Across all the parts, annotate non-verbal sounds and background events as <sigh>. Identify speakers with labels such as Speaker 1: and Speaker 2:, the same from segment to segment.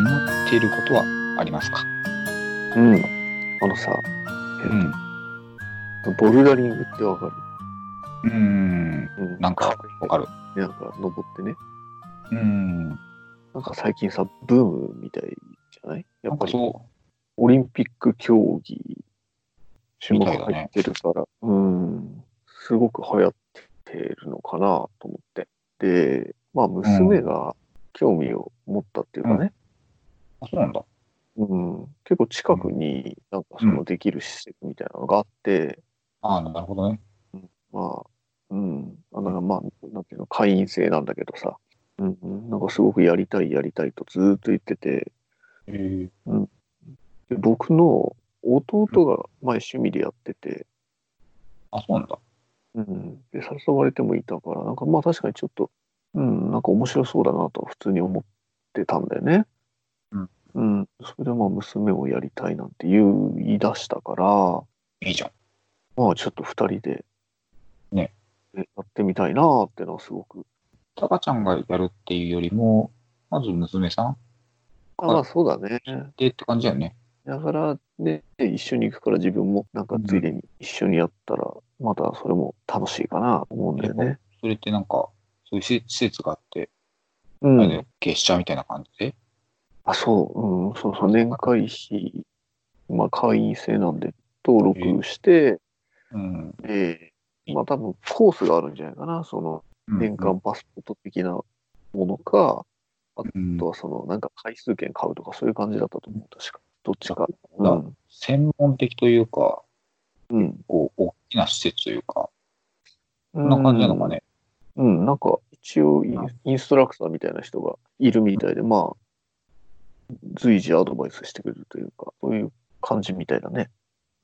Speaker 1: ることはありますか
Speaker 2: うん。あのさ、
Speaker 1: うん。
Speaker 2: ボルダリングってわかる
Speaker 1: うーん。
Speaker 2: うん
Speaker 1: なんか、わかる。
Speaker 2: なんか登ってね。
Speaker 1: うん。
Speaker 2: なんか最近さ、ブームみたいじゃないや
Speaker 1: な
Speaker 2: っ
Speaker 1: ん
Speaker 2: ぱ
Speaker 1: か
Speaker 2: り
Speaker 1: そ
Speaker 2: オリンピック競技、種目
Speaker 1: みたいだね
Speaker 2: 入ってるから、うん、すごく流行ってるのかなと思って。で、まあ娘が興味を持ったっていうかね、
Speaker 1: う。あ、そうなんだ。
Speaker 2: うん結構近くになんかそのできる施設みたいなのがあって、
Speaker 1: ああ、なるほどね。
Speaker 2: まあ、うん、あの、まあ、なんていうの、会員制なんだけどさ、うんうん、なんかすごくやりたいやりたいとずーっと言ってて、
Speaker 1: えー、
Speaker 2: で僕の弟が前趣味でやってて、
Speaker 1: あ、そうなんだ。
Speaker 2: うん、で誘われてもいたからなんかまあ確かにちょっと、うん、なんか面白そうだなとは普通に思ってたんだよね。
Speaker 1: うん
Speaker 2: うん、それでまあ娘をやりたいなんて言い出したから
Speaker 1: いいじゃん。
Speaker 2: まあちょっと2人で、
Speaker 1: ね
Speaker 2: でやってみたいなってのはすごく
Speaker 1: タカちゃんがやるっていうよりも、まず娘さん
Speaker 2: あまあそうだね
Speaker 1: でって感じだよね。
Speaker 2: だからね一緒に行くから自分もなんかついでに一緒にやったらまたそれも楽しいかなと思うんだよね。
Speaker 1: それってなんか、そういう施施設があって、
Speaker 2: う
Speaker 1: あ
Speaker 2: ん、
Speaker 1: れ月謝みたいな感じで。
Speaker 2: あ、そう、うん、そうそう、年会費、まあ、会員制なんで、登録して、
Speaker 1: うん。
Speaker 2: えーまあ、多分コースがあるんじゃないかな、その、
Speaker 1: うん
Speaker 2: 年間パスポート的なものか、
Speaker 1: うん
Speaker 2: あとはその、なんか回数券買うとか、そういう感じだったと思う、確か。どっちか。う
Speaker 1: だ
Speaker 2: ん。
Speaker 1: 専門的というか、
Speaker 2: うん。
Speaker 1: こう、大きな施設というか、
Speaker 2: こ
Speaker 1: こんな感じなのかね。
Speaker 2: うん、なんか、一応イン
Speaker 1: あ、
Speaker 2: インストラクターみたいな人がいるみたいで、まあ、随時アドバイスしてくれるというか、そういう感じみたいだね。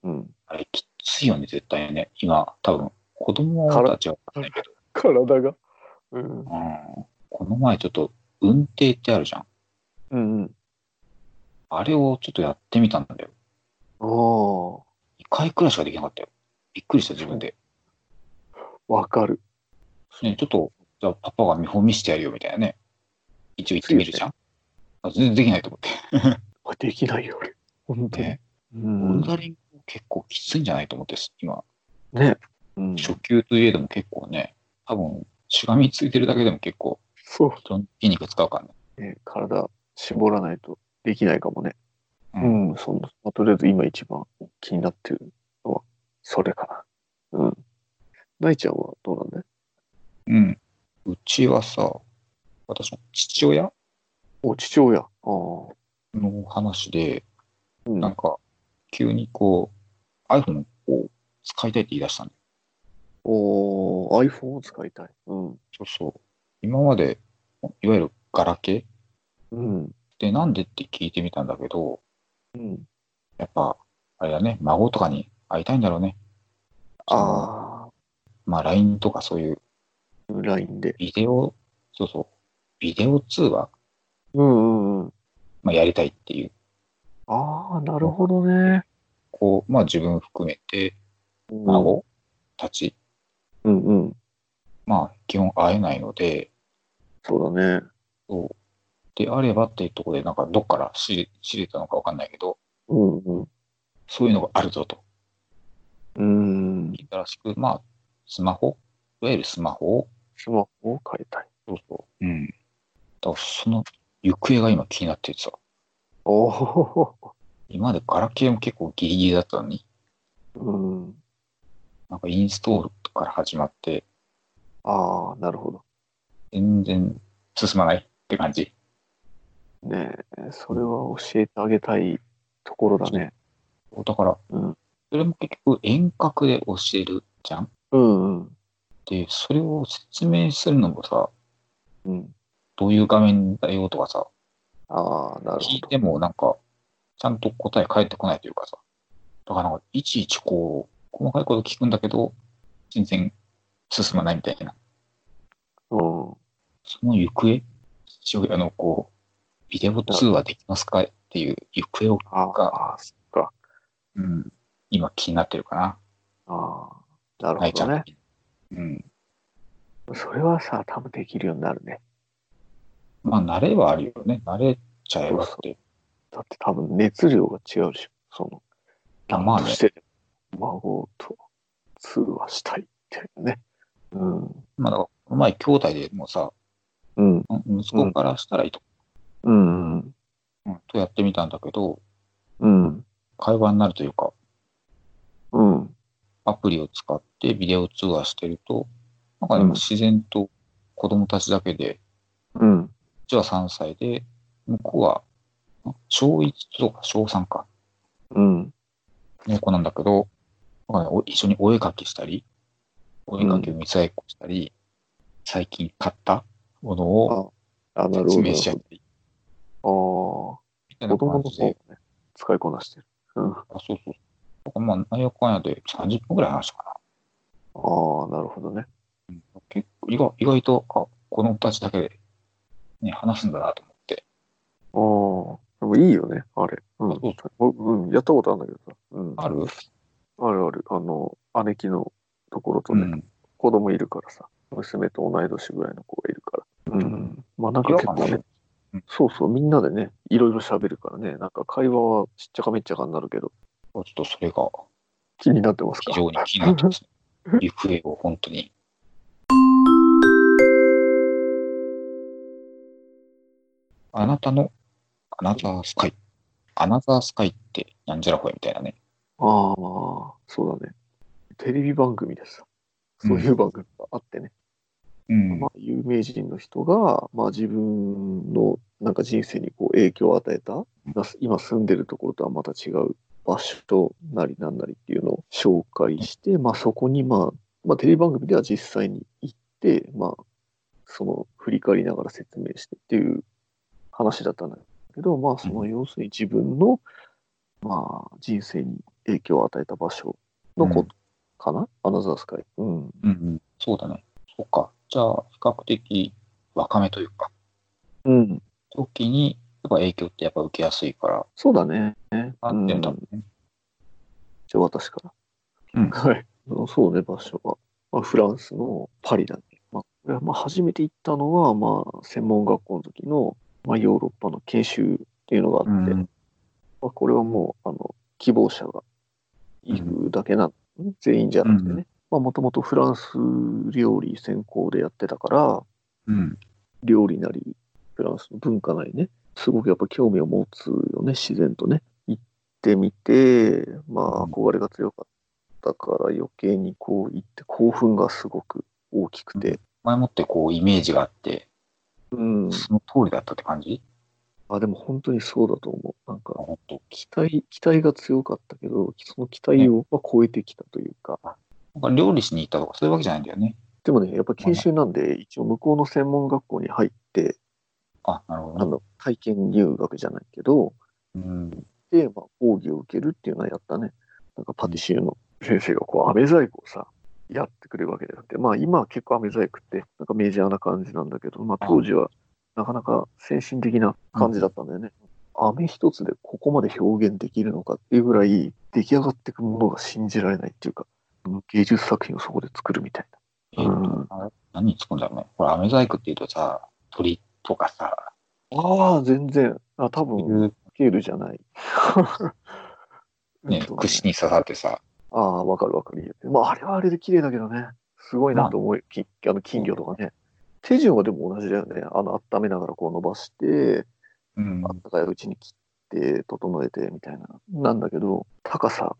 Speaker 2: うん。
Speaker 1: あれ、きついよね、絶対ね。今、多分、子供たちはわかんないけど、
Speaker 2: 体が。うん。
Speaker 1: うん、この前ちょっと、運転ってあるじゃん。
Speaker 2: うんうん。
Speaker 1: あれをちょっとやってみたんだよ。
Speaker 2: あ
Speaker 1: 1回くらいしかできなかったよ。びっくりした、自分で。
Speaker 2: あ、わかる。
Speaker 1: ね、ちょっと、じゃあパパが見本見してやるよ、みたいなね。一応行ってみるじゃん。あ全然できないと思って。
Speaker 2: これできないよ、俺。本当に。
Speaker 1: ね、
Speaker 2: う
Speaker 1: ボ
Speaker 2: ん
Speaker 1: ルダリング結構きついんじゃないと思って、今。
Speaker 2: ね。うん、
Speaker 1: 初級といえども結構ね、多分、しがみついてるだけでも結構、
Speaker 2: そう、
Speaker 1: 人の筋肉使うからね。
Speaker 2: ね。体絞らないとできないかもね。
Speaker 1: う
Speaker 2: うんん、その、まあ、とりあえず今一番気になってるのは、それかな。うん。ないちゃんはどうなんだい
Speaker 1: うん。うちはさ、私の父親
Speaker 2: お、父親。ああ。
Speaker 1: の話で、
Speaker 2: うん
Speaker 1: なんか、急にこう、iPhone を使いたいって言い出したんだよ。
Speaker 2: おー iPhone を使いたい。うん。
Speaker 1: そうそう。今まで、いわゆるガラケー
Speaker 2: うん。
Speaker 1: で、なんでって聞いてみたんだけど、
Speaker 2: うん。
Speaker 1: やっぱ、あれだね、孫とかに会いたいんだろうね。あ。
Speaker 2: あ
Speaker 1: まあ、LINE とかそういう
Speaker 2: あ、LINE で。
Speaker 1: ビデオ、そうそう、ビデオ通話、
Speaker 2: うんうんうん。
Speaker 1: まあ、やりたいっていう、
Speaker 2: ああ、なるほどね。
Speaker 1: こう、まあ、自分含めて、
Speaker 2: うん
Speaker 1: 孫たち、
Speaker 2: うんうん。
Speaker 1: まあ、基本会えないので、
Speaker 2: そうだね。
Speaker 1: そう。であればっていうところで、なんか、どっから知れ知れたのかわかんないけど、
Speaker 2: うんうん。
Speaker 1: そういうのがあるぞと。
Speaker 2: うん。
Speaker 1: 聞いたらしく、まあ、スマホ、いわゆるスマホを、
Speaker 2: スマホを変えたい。
Speaker 1: そうそう。うん。だから、その行方が今気になっててさ、
Speaker 2: おお。
Speaker 1: 今までガラケーも結構ギリギリだったのに、
Speaker 2: <laughs> うん。
Speaker 1: なんかインストールから始まって、
Speaker 2: ああ、なるほど。
Speaker 1: 全然進まないって感じ。
Speaker 2: ねえ、それは教えてあげたいところだね。
Speaker 1: だから、
Speaker 2: うん
Speaker 1: それも結局遠隔で教えるじゃん。
Speaker 2: うんうん。
Speaker 1: で、それを説明するのもさ、
Speaker 2: うん。
Speaker 1: どういう画面だよとかさ、
Speaker 2: ああ、なる
Speaker 1: 聞いてもなんか、ちゃんと答え返ってこないというかさ、だからなんか、いちいちこう、細かいこと聞くんだけど、全然進まないみたいな。
Speaker 2: ほど。
Speaker 1: その行方父親のこう、ビデオ通話できますかっていう行方を、
Speaker 2: うん。ああ、そっか。
Speaker 1: うん、今気になってるかな。
Speaker 2: ああ、な
Speaker 1: 泣
Speaker 2: るほ
Speaker 1: いちゃ
Speaker 2: ど
Speaker 1: う
Speaker 2: ね。。
Speaker 1: うん。
Speaker 2: それはさ、多分できるようになるね。
Speaker 1: まあ、慣れはあるよね。慣れちゃえばって。
Speaker 2: だって多分熱量が違うでしょ。その、
Speaker 1: あまあね
Speaker 2: としてでも孫と通話したいっていうね。うん。
Speaker 1: まあ、だから、この前、兄弟でもさ、
Speaker 2: うん。
Speaker 1: ん息子からしたらいいと、
Speaker 2: うん。
Speaker 1: うんとやってみたんだけど、
Speaker 2: うん。
Speaker 1: 会話になるというか、
Speaker 2: うん。
Speaker 1: アプリを使ってビデオ通話してると、なんかね、
Speaker 2: うん
Speaker 1: 自然と子供たちだけで、
Speaker 2: うん。
Speaker 1: うちは3歳で、向こうは、ん小1とか小3か、
Speaker 2: うん。
Speaker 1: の子なんだけど、なんかね、お一緒にお絵かきしたり、お絵かきを見せ合いっこしたり、最近買ったものを
Speaker 2: あ、なる
Speaker 1: 説
Speaker 2: ほ
Speaker 1: 明し合ったり、
Speaker 2: ど。
Speaker 1: みた
Speaker 2: ああ。
Speaker 1: い
Speaker 2: 子
Speaker 1: な
Speaker 2: 供
Speaker 1: 感
Speaker 2: の
Speaker 1: じ
Speaker 2: 方が
Speaker 1: で
Speaker 2: ね、、使いこなしてる。うん。ああ、
Speaker 1: あそうそう。なんかまあ、何やかんやで30分ぐらい話したかな。
Speaker 2: なるほどね。
Speaker 1: 結構意外意外と、あ、子供たちだけで、ね、話すんだなと思って。
Speaker 2: ああ。でもいいよね、あれ。うん。
Speaker 1: そう
Speaker 2: おうん、やったことあるんだけどさ。うん。
Speaker 1: ある
Speaker 2: あるある。あの、姉貴のところとね、
Speaker 1: うん
Speaker 2: 子供いるからさ、娘と同い年ぐらいの子がいるから。うん。まあなんか結構
Speaker 1: 違和感
Speaker 2: ね
Speaker 1: ねうん、
Speaker 2: そうそう、みんなでね、いろいろ喋るからね、なんか会話はちっちゃかめっちゃかになるけど、
Speaker 1: ちょっとそれが
Speaker 2: 気になってますか
Speaker 1: 非常に気になって <laughs> ます、ね。行方を本当に。あなたの、アナザースカイ。アナザースカイって、なんじゃらほやみたいなね。
Speaker 2: <laughs> ああ、そうだね。テレビ番組でさ、そういう番組があってね、
Speaker 1: うん
Speaker 2: ま。あ有名人の人が、まあ自分のなんか人生にこう影響を与えた、今住んでるところとはまた違う場所となりなんなりっていうのを紹介して、まあそこにまあ、まあテレビ番組では実際に行って、まあその振り返りながら説明してっていう話だったんだけど、まあその要するに自分の、まあ人生に影響を与えた場所のことかな、アナザースカイ。うん。
Speaker 1: うんうん。そうだね。そうか。じゃあ、比較的若めというか、
Speaker 2: うん。
Speaker 1: 時に、やっぱ影響ってやっぱ受けやすいから、
Speaker 2: そうだね。
Speaker 1: あってんだ
Speaker 2: う
Speaker 1: ろ
Speaker 2: ん
Speaker 1: うね。
Speaker 2: じゃあ私から。
Speaker 1: うん
Speaker 2: はい。そうね、場所は。まあ、フランスのパリだね。まあ、これはまあ初めて行ったのは、まあ、専門学校の時の、まあ、ヨーロッパの研修っていうのがあって、まあ、これはもう、あの、希望者が行くだけなの、全員じゃなくてね。
Speaker 1: うん
Speaker 2: まあ、もともとフランス料理専攻でやってたから、
Speaker 1: うん。
Speaker 2: 料理なり、フランスの文化なりね、すごくやっぱ興味を持つよね、自然とね。行ってみて、まあ
Speaker 1: うん
Speaker 2: 憧れが強かったから余計にこう行って興奮がすごく大きくて。
Speaker 1: 前もってこう、イメージがあって、
Speaker 2: うん。
Speaker 1: その通りだったって感じ
Speaker 2: あ、でも本当にそうだと思う。なん
Speaker 1: あ
Speaker 2: か、
Speaker 1: ほんと
Speaker 2: 期待、期待が強かったけど、その期待をまあ超えてきたというか。
Speaker 1: なんか料理しに行ったとかそういうわけじゃないんだよね。
Speaker 2: でもね、やっぱ研修なんで、一応向こうの専門学校に入って、
Speaker 1: あ、なるほ
Speaker 2: あ
Speaker 1: どね。
Speaker 2: の、体験入学じゃないけど、
Speaker 1: うん。
Speaker 2: で、まあ、講義を受けるっていうのはやったね。なんかパティシエの先生がこう、飴細工をさ、やってくれるわけじゃなくて、まあ今は結構飴細工って、なんかメジャーな感じなんだけど、まあ当時はなかなか先進的な感じだったんだよね。飴一つでここまで表現できるのかっていうぐらい、出来上がっていくものが信じられないっていうか、芸術作品をそこで作るみたい
Speaker 1: え
Speaker 2: な。
Speaker 1: ー
Speaker 2: うん、
Speaker 1: 何につくんだろうね。これ、飴細工っていうとさ、鳥とかさ、
Speaker 2: ああ、全然。あ、多
Speaker 1: い
Speaker 2: 分、
Speaker 1: う
Speaker 2: ケールじゃない。
Speaker 1: ね、
Speaker 2: <laughs> えっと
Speaker 1: 串に刺さってさ、
Speaker 2: ああ、わかるわかる。まあ、あれはあれで綺麗だけどね。すごいなと思うよ。きあの金魚とかね。手順はでも同じだよね。あの、温めながらこう伸ばして、
Speaker 1: うん
Speaker 2: あったかいうちに切って、整えてみたいな。なんだけど、高さ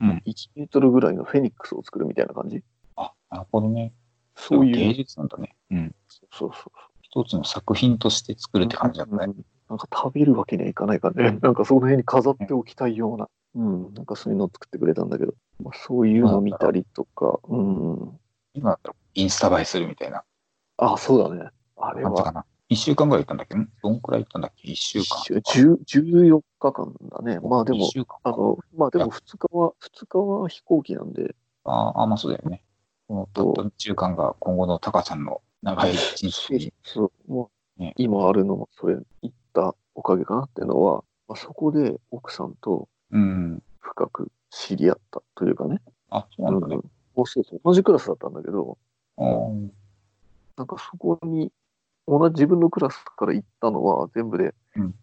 Speaker 1: うん
Speaker 2: 1メートルぐらいのフェニックスを作るみたいな感じ。
Speaker 1: あ、なるほどね。
Speaker 2: そうい
Speaker 1: 芸
Speaker 2: う。
Speaker 1: 術なんだね。うん。
Speaker 2: そうそう
Speaker 1: 一つの作品として作るって感じだった
Speaker 2: う
Speaker 1: ね。
Speaker 2: んなんか食べるわけにはいかないからね。なんかその辺に飾っておきたいような。うん。なんかそういうのを作ってくれたんだけど、まあ、そういうの見たりとか、うん。
Speaker 1: 今だったらインスタ映えするみたいな
Speaker 2: あ、そうだね。あれ
Speaker 1: 感
Speaker 2: は
Speaker 1: じかな。一週間ぐらい行ったんだっけんどんくらい行ったんだっけ一週間。
Speaker 2: 10 14日間だね。まあで
Speaker 1: 一
Speaker 2: も、
Speaker 1: 週間
Speaker 2: あ
Speaker 1: か。
Speaker 2: の、まあでも2日は、2日は飛行機なんで、
Speaker 1: ああ、まあそうだよね。このたったの一週間が今後のタカちゃんの長い人生に。
Speaker 2: そう、もう
Speaker 1: ね
Speaker 2: 今あるのもそれ行ったおかげかなっていうのは、まあ、そこで奥さんと
Speaker 1: うん。
Speaker 2: 深く知り合ったというかね。
Speaker 1: あ、そうなんだ
Speaker 2: う
Speaker 1: ね
Speaker 2: ん。おそうそう同じクラスだったんだけど、
Speaker 1: うん。
Speaker 2: なんかそこに、同じ自分のクラスから行ったのは全部で
Speaker 1: うん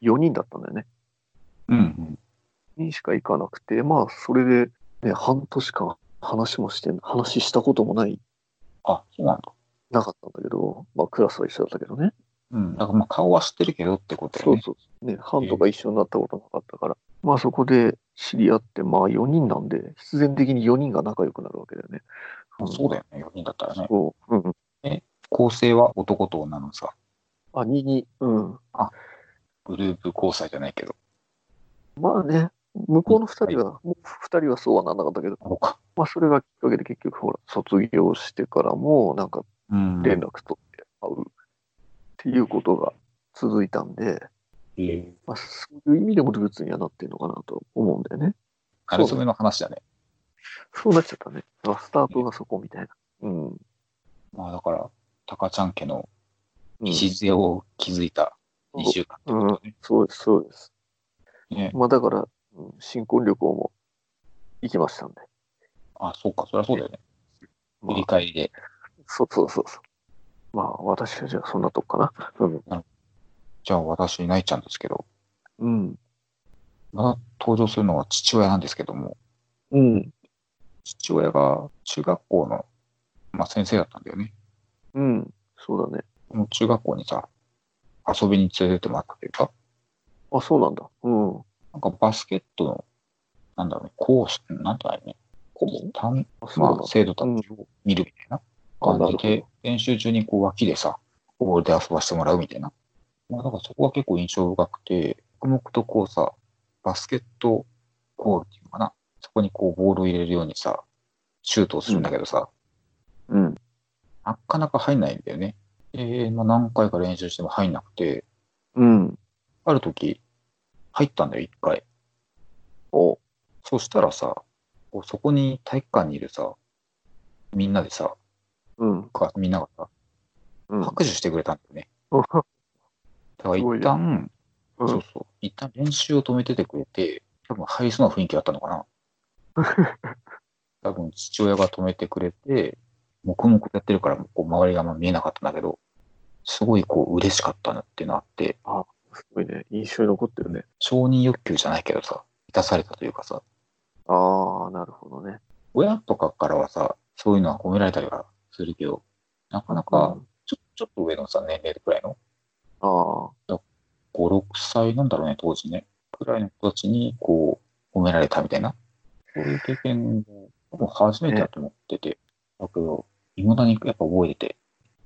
Speaker 2: 4人だったんだよね。
Speaker 1: うんうん。
Speaker 2: にしか行かなくて、まあ、それで、ね、半年間話もして、話したこともない、
Speaker 1: あ、そうなんだ。
Speaker 2: なかったんだけど、まあ、クラスは一緒だったけどね。
Speaker 1: うん。だからまあ顔は知ってるけどってことだよ
Speaker 2: そう
Speaker 1: ね。
Speaker 2: そう。ね、班とか一緒になったことなかったから。まあ、そこで知り合って、まあ、4人なんで、必然的に4人が仲良くなるわけだよね。
Speaker 1: まあそうだよね。4人だったらね。
Speaker 2: そう。うん。
Speaker 1: 構成は男と女のさ、
Speaker 2: あ、2、2。うん。
Speaker 1: グループ交際じゃないけど。
Speaker 2: まあね、向こうの2人は、もう2人はそうはなんなかったけど、
Speaker 1: そうか。
Speaker 2: まあ、それがきっかけで結局、ほら、卒業してからも、なんか、
Speaker 1: うん。
Speaker 2: 連絡取って会うっていうことが続いたんで、
Speaker 1: えー
Speaker 2: まあ、そういう意味でもルーツにはなってるのかなと思うんだよね。
Speaker 1: なるそめの話だね。
Speaker 2: そうなっちゃったね。まあスタートがそこみたいな。うん。うん
Speaker 1: まあだから、タカちゃん家の礎を築いた2週間ってことね。
Speaker 2: そうです、そうです。
Speaker 1: ね
Speaker 2: まあだから、うん新婚旅行も行きましたんで。
Speaker 1: あ、そうか、そりゃそうだよね。
Speaker 2: ま
Speaker 1: 振
Speaker 2: あ
Speaker 1: り返りで。
Speaker 2: そうそうそうそう。まあ私たちはそんなとこかな。うん。
Speaker 1: じゃあ私、ないちゃんですけど、
Speaker 2: うん。
Speaker 1: まだ登場するのは父親なんですけども、
Speaker 2: うん。
Speaker 1: 父親が中学校の、まあ、先生だったんだよね。
Speaker 2: うん。そうだね。
Speaker 1: この中学校にさ、遊びに連れてってもらったというか、
Speaker 2: あ、そうなんだ。うん。
Speaker 1: なんかバスケットの、なんだろうね、コース、なんて言うんだろ
Speaker 2: 顧
Speaker 1: うね、単
Speaker 2: あ、そうなん
Speaker 1: ま
Speaker 2: だ
Speaker 1: あ、。精度高い
Speaker 2: うん
Speaker 1: 見るみたいな
Speaker 2: あな
Speaker 1: 感じ
Speaker 2: るほど
Speaker 1: で、練習中にこう脇でさ、ボールで遊ばしてもらうみたいな。まあ、だからそこは結構印象深くて、黙々とこうさ、バスケットゴールっていうのかな。そこにこうボールを入れるようにさ、シュートをするんだけどさ、
Speaker 2: うん。
Speaker 1: なかなか入んないんだよね。で、まあ、何回か練習しても入んなくて、
Speaker 2: うん。
Speaker 1: ある時、入ったんだよ、一回。
Speaker 2: お、
Speaker 1: そしたらさ、こうそこに体育館にいるさ、みんなでさ、
Speaker 2: うん。
Speaker 1: かみんながさ、
Speaker 2: うん。
Speaker 1: 拍手してくれたんだよね。
Speaker 2: うん
Speaker 1: だから
Speaker 2: すごい
Speaker 1: 一
Speaker 2: ね
Speaker 1: 旦、
Speaker 2: うん
Speaker 1: そうそう、一旦練習を止めててくれて、多分入りそうな雰囲気だったのか
Speaker 2: <laughs>
Speaker 1: な。多分父親が止めてくれて、黙々とやってるから、こう周りがあんま見えなかったんだけど、すごいこう嬉しかったなっていうのあって、
Speaker 2: すごいね。印象に残ってるね。
Speaker 1: 承認欲求じゃないけどさ、満たされたというかさ、
Speaker 2: ああ、なるほどね。
Speaker 1: 親とかからはさ、そういうのは褒められたりはするけど、なかなか
Speaker 2: うん
Speaker 1: ちょちょっと上のさ、年齢くらいの、
Speaker 2: あ
Speaker 1: 5、6歳なんだろうね、当時ね、くらいの子たちに、こう、褒められたみたいな、そういう経験も、多分初めてだと思ってて、だけど、いまだにやっぱ覚えてて、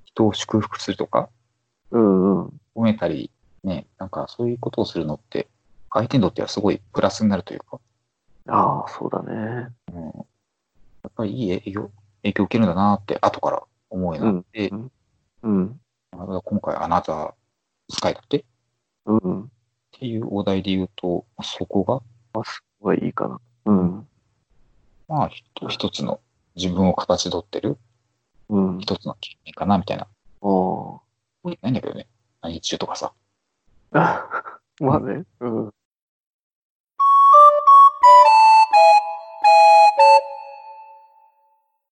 Speaker 1: 人を祝福するとか、
Speaker 2: あ、うんうん。
Speaker 1: 褒めたり、ね、なんかそういうことをするのって、相手にとってはすごいプラスになるというか、
Speaker 2: ああ、そうだね。
Speaker 1: やっぱりいい影響影響を受けるんだなって、後から思えなって、
Speaker 2: うん。
Speaker 1: まあ今回、アナザースカイだってっ
Speaker 2: うん。
Speaker 1: ていうお題で言うと、そこが、
Speaker 2: まあ、すごいいいかな。うん。
Speaker 1: まあ、ひと一つの自分を形取ってる
Speaker 2: うん。
Speaker 1: 一つの経験かなみたいな。
Speaker 2: あ
Speaker 1: 覚えてないんだけどね。何中とかさ。
Speaker 2: <laughs> あ。まあね。